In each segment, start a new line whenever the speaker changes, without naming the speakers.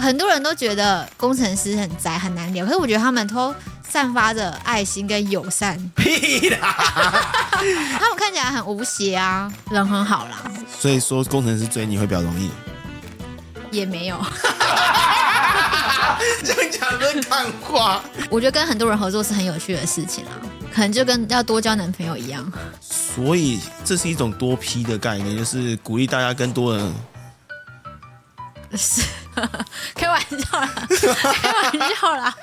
很多人都觉得工程师很宅很难聊，可是我觉得他们都散发着爱心跟友善，
屁啦！
他们看起来很无邪啊，人很好啦，
所以说工程师追你会比较容易。
也没有。
这样讲真看话，
我觉得跟很多人合作是很有趣的事情啊，可能就跟要多交男朋友一样。
所以这是一种多批的概念，就是鼓励大家更多人。
是，开玩笑啦，开玩笑啦。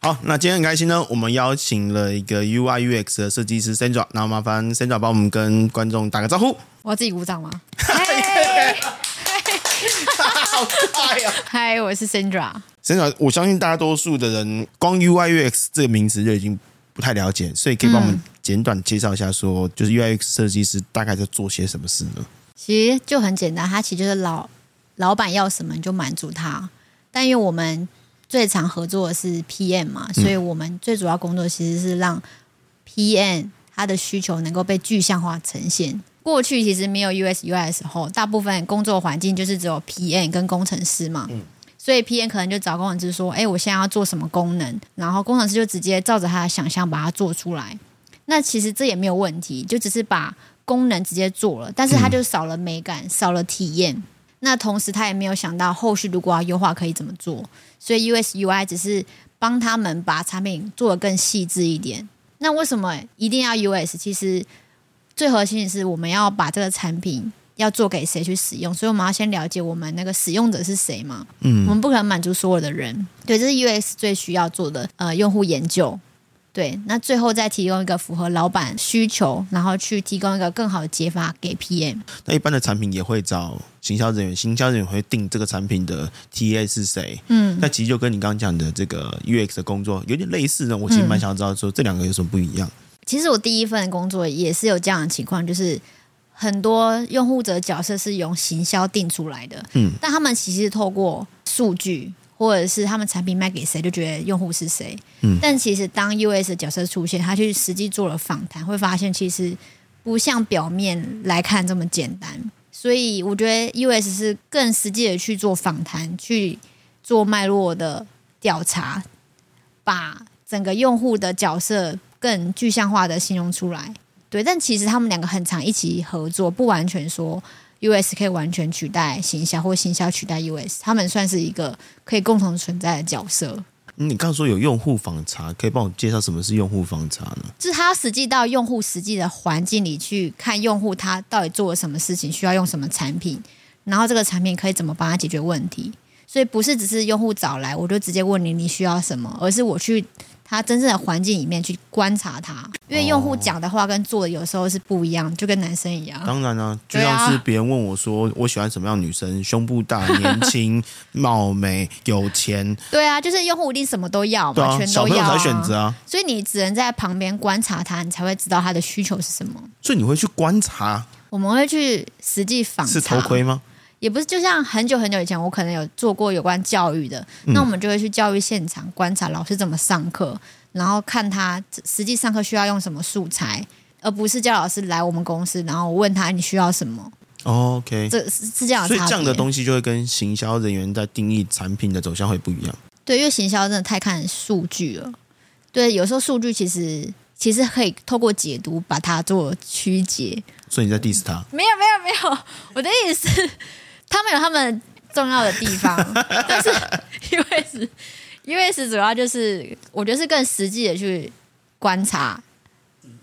好，那今天很开心呢，我们邀请了一个 UI UX 的设计师 Sandra，那麻烦 Sandra 帮我们跟观众打个招呼。
我要自己鼓掌吗？
好快啊！
嗨，我是 Sandra。
Sandra，我相信大多数的人光 UI UX 这个名词就已经不太了解，所以可以帮我们简短介绍一下说，就是 UI UX 设计师大概在做些什么事呢？
其实就很简单，它其实就是老老板要什么你就满足他。但因为我们最常合作的是 PM 嘛，所以我们最主要工作其实是让 PM 他的需求能够被具象化呈现。过去其实没有 US UI 的时候，大部分工作环境就是只有 PM 跟工程师嘛。所以 PM 可能就找工程师说：“哎、我现在要做什么功能？”然后工程师就直接照着他的想象把它做出来。那其实这也没有问题，就只是把功能直接做了，但是它就少了美感，少了体验。那同时，他也没有想到后续如果要优化可以怎么做，所以 US UI 只是帮他们把产品做得更细致一点。那为什么一定要 US？其实最核心的是我们要把这个产品要做给谁去使用，所以我们要先了解我们那个使用者是谁嘛。嗯，我们不可能满足所有的人，对，这是 US 最需要做的呃用户研究。对，那最后再提供一个符合老板需求，然后去提供一个更好的解法给 PM。
那一般的产品也会找行销人员，行销人员会定这个产品的 TA 是谁。
嗯，
那其实就跟你刚刚讲的这个 UX 的工作有点类似呢。我
嗯
其实蛮想知道说这两个有什么不一样。
其实我第一份工作也是有这样的情况，就是很多用户者角色是由行销定出来的，
嗯，
但他们其实透过数据或者是他们产品卖给谁，就觉得用户是谁，
嗯
但其实当 US 的角色出现，他去实际做了访谈，会发现其实不像表面来看这么简单，所以我觉得 US 是更实际的去做访谈，去做脉络的调查，把整个用户的角色更具象化的形容出来。对，但其实他们两个很常一起合作，不完全说 US 可以完全取代行销或行销取代 US，他们算是一个可以共同存在的角色。
嗯你刚刚说有用户访查，可以帮我介绍什么是用户访查呢？
就是他要实际到用户实际的环境里去看用户他到底做了什么事情，需要用什么产品，然后这个产品可以怎么帮他解决问题。所以不是只是用户找来我就直接问你你需要什么，而是我去他真正的环境里面去观察他，因为用户讲的话跟做的有时候是不一样，就跟男生一样。
当然啊，就
对啊
像是别人问我说我喜欢什么样的 女生，胸部大、年轻、貌美、有钱，
对啊，就是用户一定什么都要
对
嘛，
啊，
全
小
都
朋友
要、
才选择。啊，
所以你只能在旁边观察他，你才会知道他的需求是什么。
所以你会去观察
我们会去实际访
是
查
头盔吗？
也不是，就像很久很久以前，我可能有做过有关教育的，那我
嗯
们就会去教育现场观察老师怎么上课，然后看他实际上课需要用什么素材，而不是叫老师来我们公司，然后我问他你需要什么，
哦 OK，
这是是这样的
所以
差别。
这样的东西就会跟行销人员在定义产品的走向会不一样。
对，因为行销真的太看数据了。对，有时候数据其实其实可以透过解读把它做曲解。
所以你在 diss 他，
没有没有没有，我的意思是，他们有他们重要的地 方，但是 US US 主要就是我觉得是更实际的去观察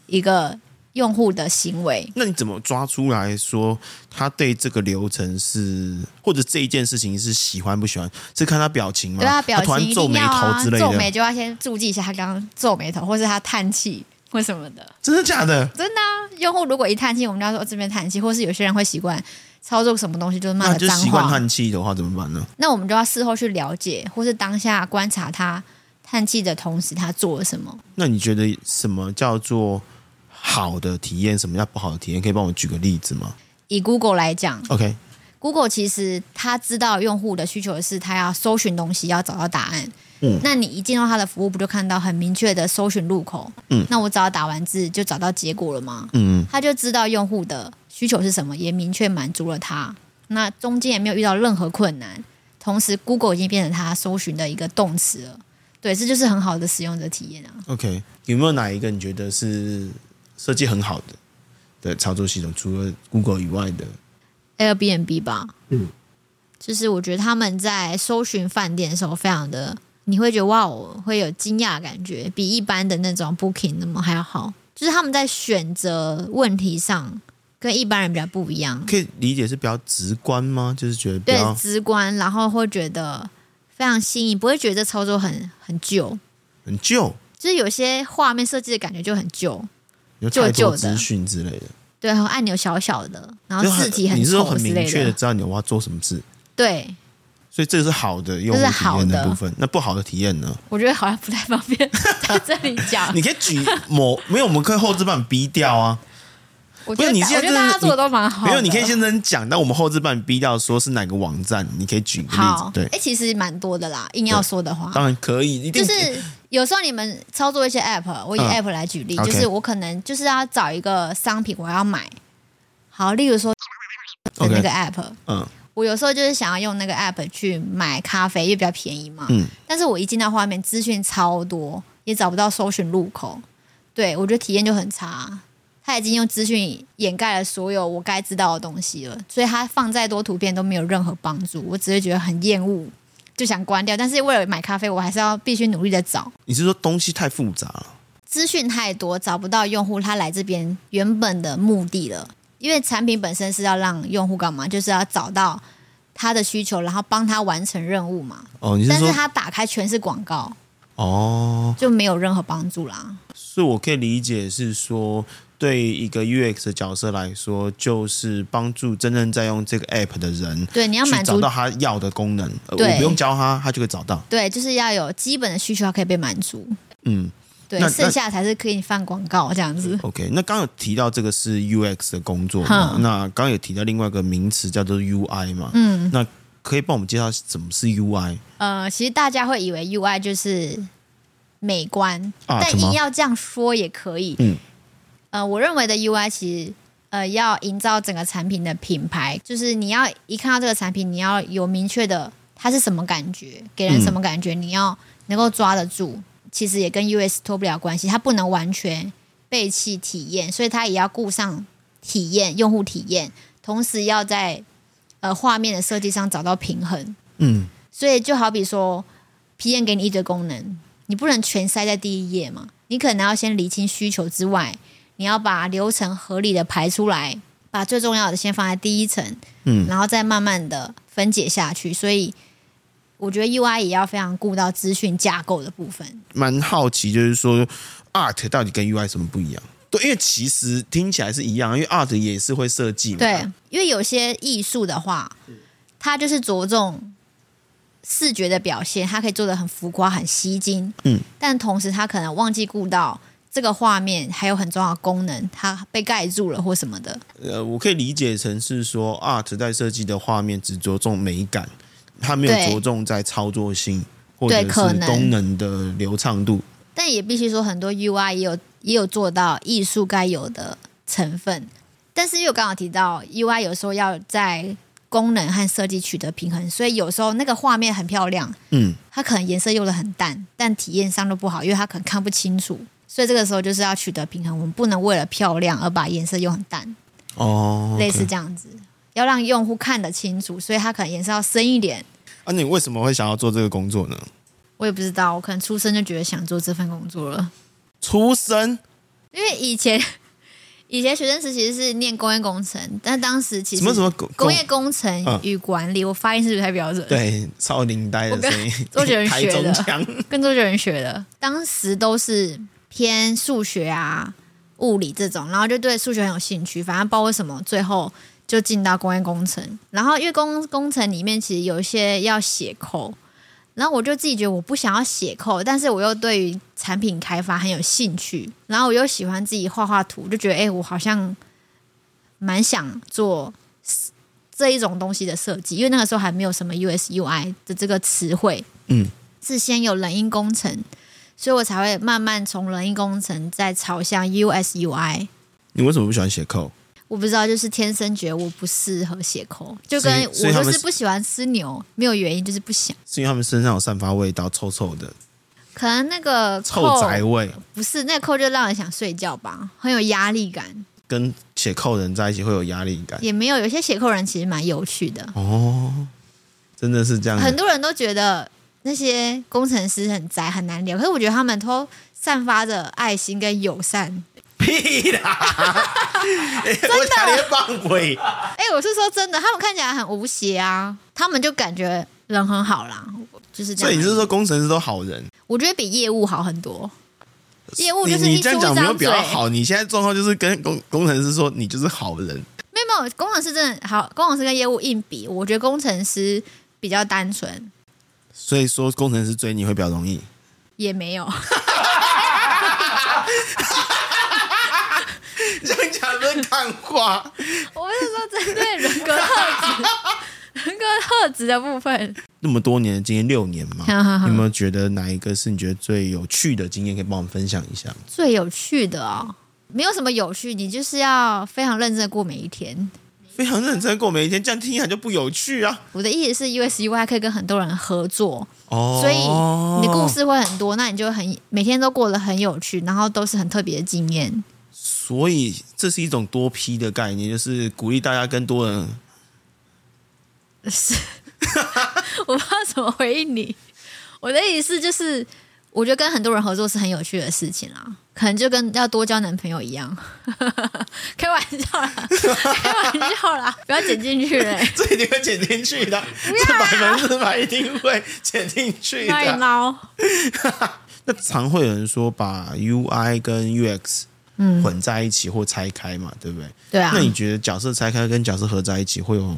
一个用户的行为。
那你怎么抓出来说他对这个流程是或者这一件事情是喜欢不喜欢？是嗯看他表情吗？
对啊，表
突
情
然
一
皱
定
眉
要
头
啊，
之类
皱眉
的，
就要先注记一下他刚刚皱眉头，或是他叹气或什么的。
真的啊假的？
真的、啊，用户如果一叹气，我们就要说哦这边叹气，或是有些人会习惯操作什么东西就是骂
那
的
就
脏
习惯
话，
叹气的话怎么办呢？
那我们就要事后去了解，或是当下观察他叹气的同时，他做了什么。
那你觉得什么叫做好的体验？什么叫不好的体验？可以帮我举个例子吗
以 Google 来讲
？OK，
，Google 其实他知道用户的需求是他要搜寻东西，要找到答案，
嗯
那你一进到他的服务，不就看到很明确的搜寻入口？
嗯，
那我只要打完字就找到结果了吗？
嗯，
他就知道用户的需求是什么，也明确满足了他。那中间也没有遇到任何困难，同时 Google 已经变成他搜寻的一个动词了。对，这就是很好的使用者体验啊。
OK，有没有哪一个你觉得是设计很好的的操作系统？除了 Google 以外的，
Airbnb 吧，
嗯，
就是我觉得他们在搜寻饭店的时候，非常的，你会觉得哇，我会有惊讶的感觉，比一般的那种 Booking 那么还要好，就是他们在选择问题上跟一般人比较不一样，
可以理解是比较直观吗？就是觉得比
对
较，
直观，然后会觉得非常新颖，不会觉得这操作很很旧，
很旧，
就是有些画面设计的感觉就很旧，
有太
旧旧
多
的
资讯之类的，
对，然后按钮小小的，然后
就
字体很
你是说
丑
很
之
明
类
确的
的，
知道你我要做什么事，
对
所以这个是好的用户
这是
体
好
验的
的
部分。那不好的体验呢？
我觉得好像不太方便 在这里讲。
你可以举某没有，我们可以后置版逼掉啊。
我觉得
不是你
大
现
我
在
觉得
真
大
的
家做的都蛮好的。
没有，你可以先真讲，但我们后置版逼掉，说是哪个网站，你可以举个例子
好。。
对
哎、，其实蛮多的啦，硬要说的话，
当然可以，一定
就是有时候你们操作一些 app，我以
嗯
app 来举例，
OK
就是我可能就是要找一个商品我要买，好，例如说的
OK
那个 app。
嗯
我有时候就是想要用那个 app 去买咖啡，因为比较便宜嘛。
嗯
但是我一进到画面，资讯超多，也找不到搜寻入口，对我觉得体验就很差。它已经用资讯掩盖了所有我该知道的东西了，所以它放再多图片都没有任何帮助，我只会觉得很厌恶，就想关掉。但是为了买咖啡，我还是要必须努力的找。
你是说东西太复杂了？
资讯太多，找不到用户他来这边原本的目的了。因为产品本身是要让用户干嘛，就是要找到他的需求，然后帮他完成任务嘛。
哦，你是
但
说
是他打开全是广告，
哦？
就没有任何帮助啦。
所以我可以理解是说，对一个 UX 的角色来说，就是帮助真正在用这个 app 的人
对，你要
去
满
找
足
到，他要的功能，呃
对
我不用教他，他就可以找到。
对，就是要有基本的需求，它可以被满足。
嗯
对
那，
剩下才是可以放广告这样子。
，OK。那刚刚有提到这个是 UX 的工作嘛？
哼
那刚刚也提到另外一个名词叫做 UI 嘛？
嗯，
那可以帮我们介绍什么是 UI
呃，其实大家会以为 UI 就是美观，
啊？
但
什么
硬？要这样说也可以。
嗯
呃，我认为的 UI 其实呃要营造整个产品的品牌，就是你要一看到这个产品，你要有明确的它是什么感觉，给人什么感觉，你要能够抓得住。其实也跟 US 脱不了关系，它不能完全背弃体验，所以它也要顾上体验、用户体验，同时要在呃画面的设计上找到平衡。
嗯，
所以就好比说，PM 给你一堆功能，你不能全塞在第一页嘛，你可能要先理清需求之外，你要把流程合理的排出来，把最重要的先放在第一层，
嗯，
然后再慢慢的分解下去。所以我觉得 UI 也要非常顾到资讯架构的部分。
蛮好奇，就是说 Art 到底跟 UI 什么不一样？对，因为其实听起来是一样，因为 Art 也是会设计嘛。
对，因为有些艺术的话，它就是着重视觉的表现，它可以做的很浮夸、很吸睛。
嗯，
但同时它可能忘记顾到这个画面还有很重要的功能，它被盖住了或什么的。
呃，我可以理解成是说 Art 在设计的画面只着重美感，它没有
对
着重在操作性或者
对
是
可能
功能的流畅度。
但也必须说，很多 UI 也有也有做到艺术该有的成分。但是因为我刚好提到 UI 有时候要在功能和设计取得平衡，所以有时候那个画面很漂亮，
嗯，
它可能颜色用的很淡，但体验上都不好，因为它可能看不清楚。所以这个时候就是要取得平衡，我们不能为了漂亮而把颜色用很淡，
哦，
类似
OK。
这样子，要让用户看得清楚，所以它可能颜色要深一点。
啊，你为什么会想要做这个工作呢？
我也不知道，我可能出生就觉得想做这份工作了，
出身
因为以前 以前学生时期是念工业工程，但当时其实
什么什么工
工业工程
嗯
与管理，我发音是不是太标准？，
对，超龄呆的声音，
我 跟周杰伦
台
学
中
的
腔。
跟周杰伦学的，当时都是偏数学啊、物理这种，然后就对数学很有兴趣，反正不知道为什么最后就进到工业工程。然后因为工工程里面其实有一些要写扣，然后我就自己觉得我不想要写扣，但是我又对于产品开发很有兴趣，然后我又喜欢自己画画图，就觉得哎、诶我好像蛮想做。这一种东西的设计，因为那个时候还没有什么 US UI 的这个词汇，是先有冷硬工程，所以我才会慢慢从冷硬工程再朝向 US UI。
你为什么不喜欢写扣？
我不知道，就是天生觉得我不适合写扣，就
所
跟
以所
我
以他
就
们
是不喜欢吃牛，没有原因，就是不想。
是因为他们身上有散发味道，臭臭的
可能那个
臭
扣
宅味，
不是那个扣就让人想睡觉吧，很有压力感。
跟写扣的人在一起会有压力感。
也没有，有些写扣人其实蛮有趣的，
哦，真的是这样的。
很多人都觉得那些工程师很宅很难聊，可是我觉得他们都散发着爱心跟友善。
屁啦！ 我差点放鬼。
哎、我是说真的，他们看起来很无邪啊，他们就感觉人很好啦，就是这
所
样。
以你是说工程师都好人？
我觉得比业务好很多。业务
你
就是一
你这
出一
样讲没有
张
比
嘴，
较好。你现在状况就是跟工工程师说你就是好人，
没有没有，工程师真的好，工程师跟业务硬比，我觉得工程师比较单纯，
所以说工程师追你会比较容易。
也没有。
这样讲真看话。
我是说针对人格特质，人格特质的部分。
那么多年的经验，六年 嘛，
好好好
你有没有觉得哪一个是你觉得最有趣的经验，可以帮我们分享一下吗？
最有趣的哦，没有什么有趣，你就是要非常认真地过每一天。
非常认真过每一天，这样听起来就不有趣啊。
我的意思是，US U I 可以跟很多人合作，
哦
所以你的故，事会很多，那你就很每天都过得很有趣，然后都是很特别的经验。
所以这是一种多批的概念，就是鼓励大家跟多人
是， 我不知道怎么回应你。我的意思就是，我觉得跟很多人合作是很有趣的事情啦，可能就跟要多交男朋友一样。 开玩笑啦，开玩笑啦，不要剪进去 嘞、
这一定会剪进去的，这
啊
百分之百一定会剪进去
哪里
的。
捞？
那常会有人说把 UI 跟 UX
嗯
混在一起或拆开嘛，对不对？
对啊
那，你觉得角色拆开跟角色合在一起会有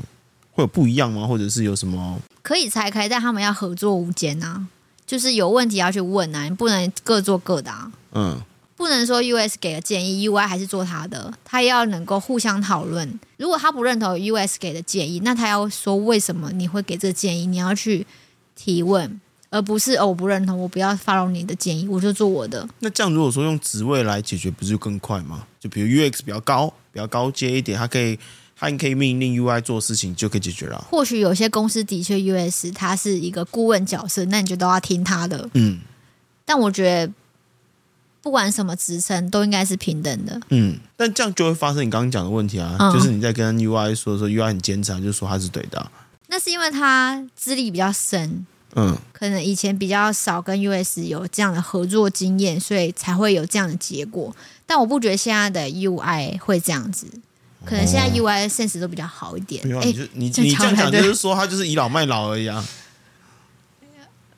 会有不一样吗？或者是有什么？
可以拆开，但他们要合作无间啊，就是有问题要去问啊，你不能各做各的啊。
嗯，
不能说 US 给的建议，UI 还是做他的，他也要能够互相讨论。如果他不认同 US 给的建议，那他要说为什么你会给这个建议，你要去提问，而不是哦我不认同，我不要 follow 你的建议，我就做我的。
那这样如果说用职位来解决，不是就更快吗？就比如 UX 比较高，比较高阶一点，它可以它可以命令 UI 做事情就可以解决了。啊
或许有些公司的确 US 它是一个顾问角色，那你就都要听他的。
嗯
但我觉得不管什么职称都应该是平等的。
嗯，但这样就会发生你刚刚讲的问题啊，
嗯
就是你在跟 UI 说的时候，UI 很坚持啊，就说他是对的啊、
那是因为他资历比较深，
嗯，
可能以前比较少跟 US 有这样的合作经验，所以才会有这样的结果。但我不觉得现在的 UI 会这样子，可能现在 UI 的 sense 都比较好一点
哦没。有啊，
诶
你就你
这样
你这
讲
样
才
讲，就
对
是说他就是倚老卖老而已啊。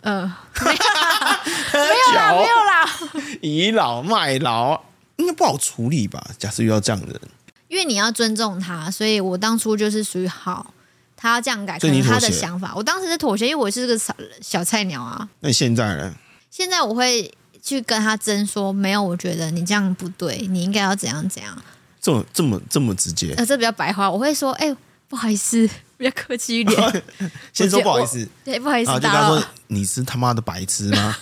呃，
没有啦，
没有啦，
倚老卖老，应该不好处理吧？假设遇到这样的人，
因为你要尊重他，所以我当初就是属于好，他要这样改，可
所以你
能他
妥
的
协
想法，我当时是妥协，因为我是个小小菜鸟啊。
那现在呢？
现在我会去跟他争说，没有，我觉得你这样不对，你应该要怎样怎样。
这么这么这么直接，
呃，这比较白话，我会说，哎、不好意思， 比较客气一点。
先说
我觉得
不好意思
对，不好意
啊，
思
就跟
打
他
扰
说。你是他妈的白痴吗？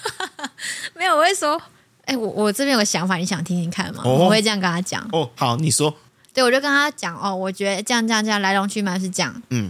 没有，我会说，哎、我我这边有个想法，你想听听看吗？
哦
我会这样跟他讲。
哦，好，你说，
对，我就跟他讲，哦，我觉得这样这样这样来龙去脉是这样，
嗯，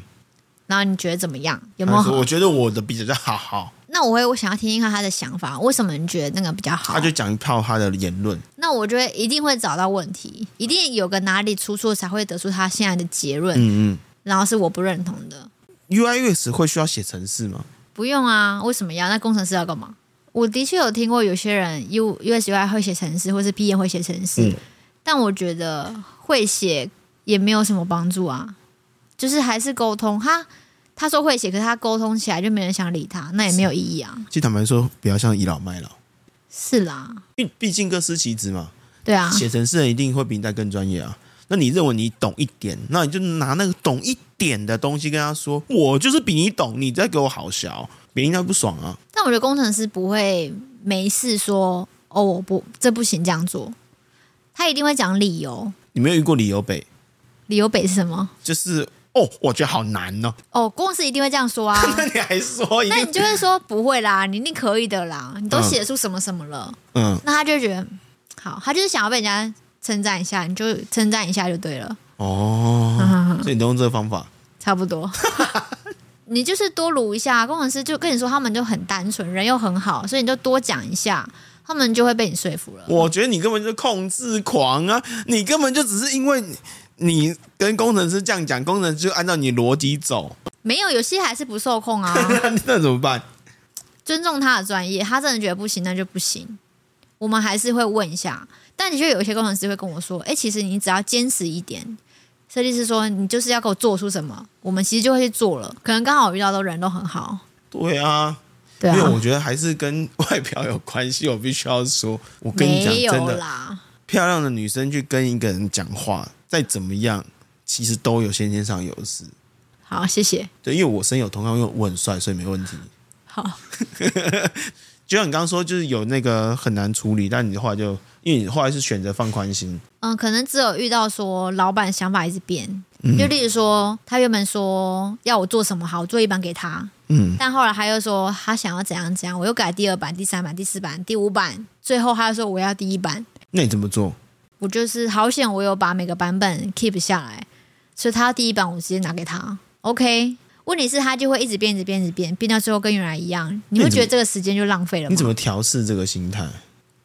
然后你觉得怎么样？有没有
他说嗯
好？
我觉得我的比较好好，
那我会我想要听听看他的想法，为什么你觉得那个比较好
他？就讲一套他的言论，
那我就会一定会找到问题，一定有个哪里出错才会得出他现在的结论，
嗯
然后是我不认同的。
嗯，UI UX 会需要写程式吗？
不用啊，为什么要？那工程师要干嘛？我的确有听过有些人 U U S U I 会写程式，或是 P M 会写程式，
嗯
但我觉得会写也没有什么帮助啊，就是还是沟通。他他说会写，可是他沟通起来就没人想理他，那也没有意义啊。
其实坦白说，比较像倚老卖老，
是啦，
毕毕竟各司其职嘛，
对啊，
写程式人一定会比你在更专业啊。那你认为你懂一点，那你就拿那个懂一点的东西跟他说，我就是比你懂，你在给我好笑，别人应该不爽啊。
但我觉得工程师不会没事说哦，我不这不行这样做，他一定会讲理由。
你没有遇过理由北，
理由北是什么？
就是哦，我觉得好难哦。
哦，公司一定会这样说啊。
那你还说一
那
个
你就会说不会啦，你一定可以的啦，你都写出什么什么了，
嗯
那他就会觉得好，他就是想要被人家称赞一下，你就称赞一下就对了，啊
哦，所以你都用这个方法，
差不多。你就是多撸一下，工程师就跟你说他们就很单纯，人又很好，所以你就多讲一下，他们就会被你说服了。
我觉得你根本就是控制狂啊！你根本就只是因为你跟工程师这样讲，工程师就按照你逻辑走，
没有，有些还是不受控啊。
那那怎么办？
尊重他的专业，他真的觉得不行，那就不行。我们还是会问一下，但的确有一些工程师会跟我说：“哎、其实你只要坚持一点，设计师说你就是要给我做出什么，我们其实就会去做了。可能刚好遇到的人都很好，
对啊，
对
因为我
啊，
觉得还是跟外表有关系。我必须要说，我跟你讲，
没
真
有
的，
啦，
漂亮的女生去跟一个人讲话，再怎么样，其实都有先天上优势。
好，谢谢，
对，因为我深有同感，因为我很帅，所以没问题。
好，
就像你刚刚说，就是有那个很难处理，但你后来就因为你后来是选择放宽心，
嗯，可能只有遇到说老板想法一直变，
嗯
就例如说他原本说要我做什么好，我做一版给他，
嗯，
但后来他又说他想要怎样怎样，我又改第二版、第三版、第四版、第五版，最后他又说我要第一版。
那你怎么做？
我就是好险，我有把每个版本 keep 下来，所以他要第一版我直接拿给他，OK。问题是，他就会一直变、一直变、一直变，变到最后跟原来一样，你会觉得这个时间就浪费了
你
吗
怎？么调试这个心态？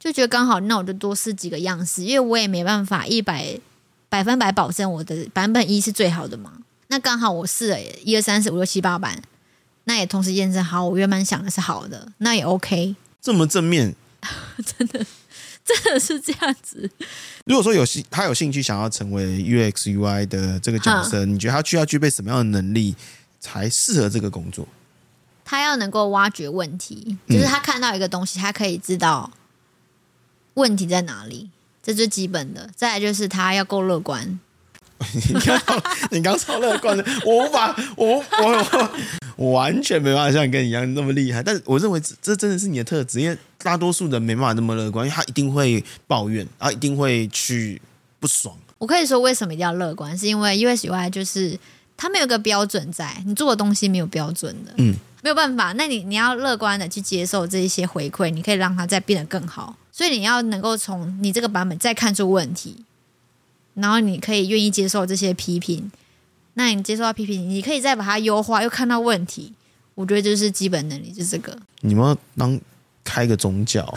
就觉得刚好，那我就多试几个样式，因为我也没办法一百百分百保证我的版本一是最好的嘛。那刚好我试了一二三四五六七八版，那也同时验证好我原本想的是好的，那也 OK。
这么正面？
真的是这样子。
如果说有兴他有兴趣想要成为 UX UI 的这个角色，你觉得他需要具备什么样的能力才适合这个工作？
他要能够挖掘问题，就是他看到一个东西，他可以知道问题在哪里，这最基本的。再来就是他要够乐观，
你刚你刚超乐观的，我无法，我我我我完全没办法像你跟你一样那么厉害。但是我认为这这真的是你的特质，因为大多数人没办法那么乐观，因为他一定会抱怨，他一定会去不爽。
我可以说为什么一定要乐观，是因为 US UI 就是它没有一个标准在，你做的东西没有标准的，
嗯，
没有办法。那你你要乐观的去接受这一些回馈，你可以让它再变得更好。所以你要能够从你这个版本再看出问题，然后你可以愿意接受这些批评。那你接受到批评，你可以再把它优化，又看到问题。我觉得就是基本能力，就是这个。
你们要当开个宗教，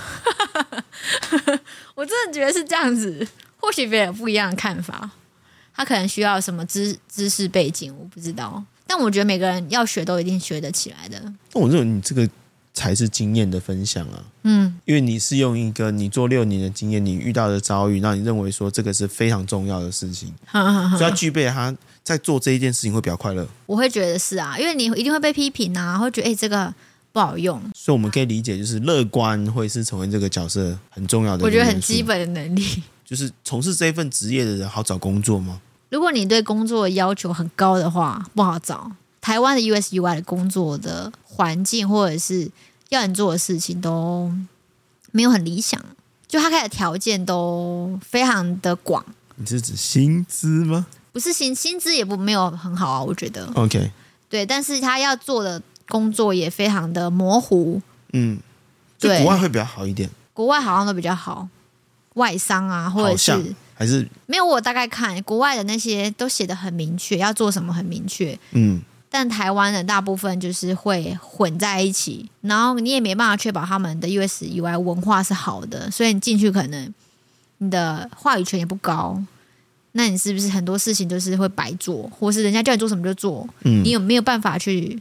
我真的觉得是这样子。或许别人有不一样的看法，他可能需要什么知知识背景，我不知道。但我觉得每个人要学都一定学得起来的。
但我认为你这个才是经验的分享啊。
嗯，
因为你是用一个你做六年的经验，你遇到的遭遇，让你认为说这个是非常重要的事情，
哈哈
所以要
哈。
具备他在做这一件事情会比较快乐。
我会觉得是啊，因为你一定会被批评啊，会觉得哎、这个不好用。
所以我们可以理解，就是乐观会是成为这个角色很重要的。
我觉得很基，本的能力。
就是从事这份职业的人好找工作吗？
如果你对工作的要求很高的话，不好找。台湾的 US UI 的工作的环境或者是要你做的事情都没有很理想，就他开的条件都非常的广。
你是指薪资吗
不是薪薪资也不没有很好啊，我觉得
？OK，
对，但是他要做的工作也非常的模糊，
嗯，就
对
国外会比较好一点，
国外好像都比较好，外商啊或
好
者
像
是
还是
没有我大概看国外的那些都写的很明确，要做什么很明确，
嗯，
但台湾的大部分就是会混在一起，然后你也没办法确保他们的 US 以外文化是好的，所以你进去可能你的话语权也不高。那你是不是很多事情就是会白做，或是人家叫你做什么就做？
嗯
你有没有办法去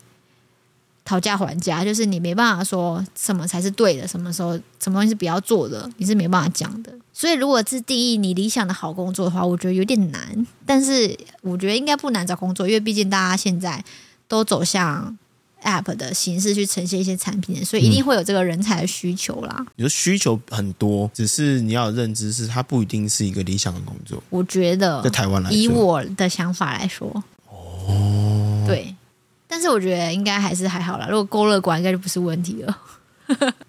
讨价还价？就是你没办法说什么才是对的，什么时候什么东西是不要做的，你是没办法讲的。所以，如果是定义你理想的好工作的话，我觉得有点难。但是，我觉得应该不难找工作，因为毕竟大家现在都走向 App 的形式去呈现一些产品，所以一定会有这个人才的需求啦。
你说需求很多，只是你要有认知是它不一定是一个理想的工作。
我觉得
在台湾来
嗯
说，
以我的想法来说，哦，对，但是我觉得应该还是还好啦。如果够乐观，应该就不是问题了。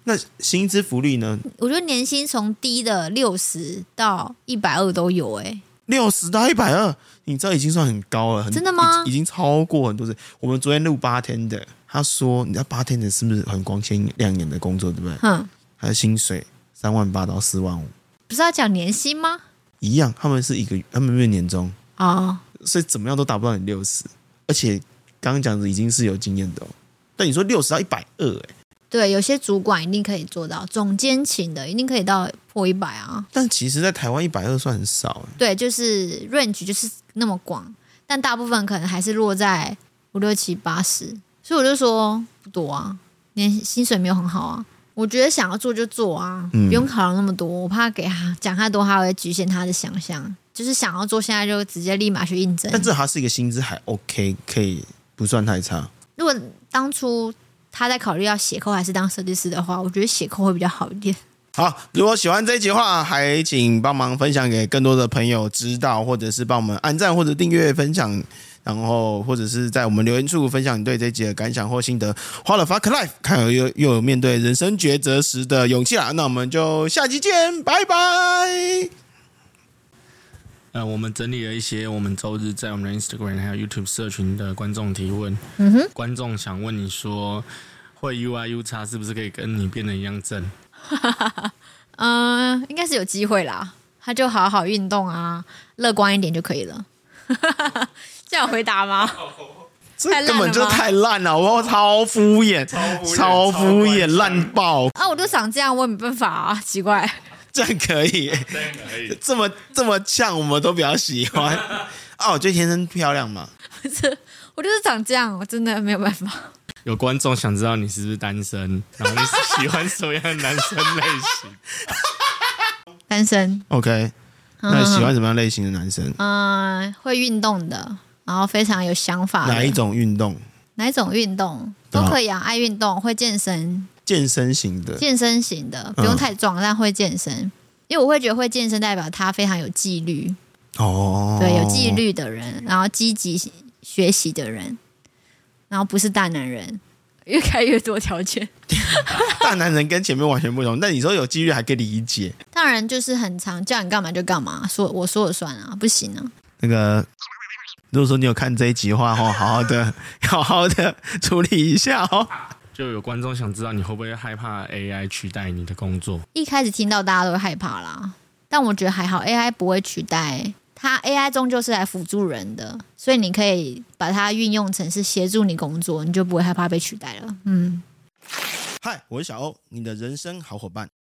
那薪资福利呢？
我觉得年薪从低的六十到一百二都有、欸，
六十到一百二，你知道已经算很高了，很
真的吗
已已经超过很多次。我们昨天录八天的，他说你知道八天的是不是很光鲜亮眼的工作，对不对？
哼，
他的薪水三万八到四万五
不是要讲年薪吗？
一样，他们是一个他们没有年终，
哦，
所以怎么样都达不到你六十，而且刚刚讲的已经是有经验的、哦。但你说六十到一百二，哎，
对，有些主管一定可以做到，总监请的一定可以到破一百啊。
但其实，在台湾一百二算很少，哎，
对，就是 range 就是那么广，但大部分可能还是落在五六七八十，所以我就说不多啊，年薪水没有很好啊。我觉得想要做就做啊，
嗯
不用考量那么多。我怕给他讲太多，他会局限他的想象。就是想要做，现在就直接立马去应征。
但这还是一个薪资还 OK，可以不算太差。
如果当初他在考虑要写扣还是当设计师的话，我觉得写扣会比较好一点。
好，如果喜欢这一集的话，还请帮忙分享给更多的朋友知道，或者是帮我们按赞或者订阅分享，然后或者是在我们留言处分享你对这一集的感想或心得。花了 fuck life，看有又又有面对人生抉择时的勇气啦。啊那我们就下期见，拜拜。
呃，我们整理了一些我们周日在我们的 Instagram 还有 YouTube 社群的观众提问。嗯哼，观众想问你说，会 U I U 叉是不是可以跟你变得一样正？
嗯，应该是有机会啦。他就好好运动啊，乐观一点就可以了。 这样有回答吗？
这
太烂了
根本就
吗
太烂了，我超敷衍，超敷衍，烂爆，
啊，我都想这样，我也没办法啊，奇怪。
这样可以。
这样可以。
这么这么像，我们都比较喜欢。啊，我觉得天生漂亮嘛，
我就是长这样，我真的没有办法。
有观众想知道你是不是单身，然后你是喜欢什么样的男生类型？
单身，
OK，那你喜欢什么样类型的男生？
嗯，会运动的，然后非常有想法的。
哪一种运动？
哪一种运动
对
都
啊
可以啊，爱运动，会健身，
健身型的。
健身型的，
嗯
不用太壮，但会健身。因为我会觉得会健身代表他非常有纪律，
哦，
对，有纪。律的人，然后积极学习的人，然后不是大男人，越开越多条件。
大男人跟前面完全不同，但你说有纪律还可以理解。
当然就是很常叫你干嘛就干嘛，说我说了算啊，不行啊。
那个，如果说你有看这一集的话，哦，好好的， 好好的处理一下哦。
就有观众想知道你会不会害怕 AI 取代你的工作？
一开始听到大家都会害怕啦，但我觉得还好，AI 不会取代它，AI 终究是来辅助人的，所以你可以把它运用成是协助你工作，你就不会害怕被取代了。嗯。
嗨，我是小欧，你的人生好伙伴。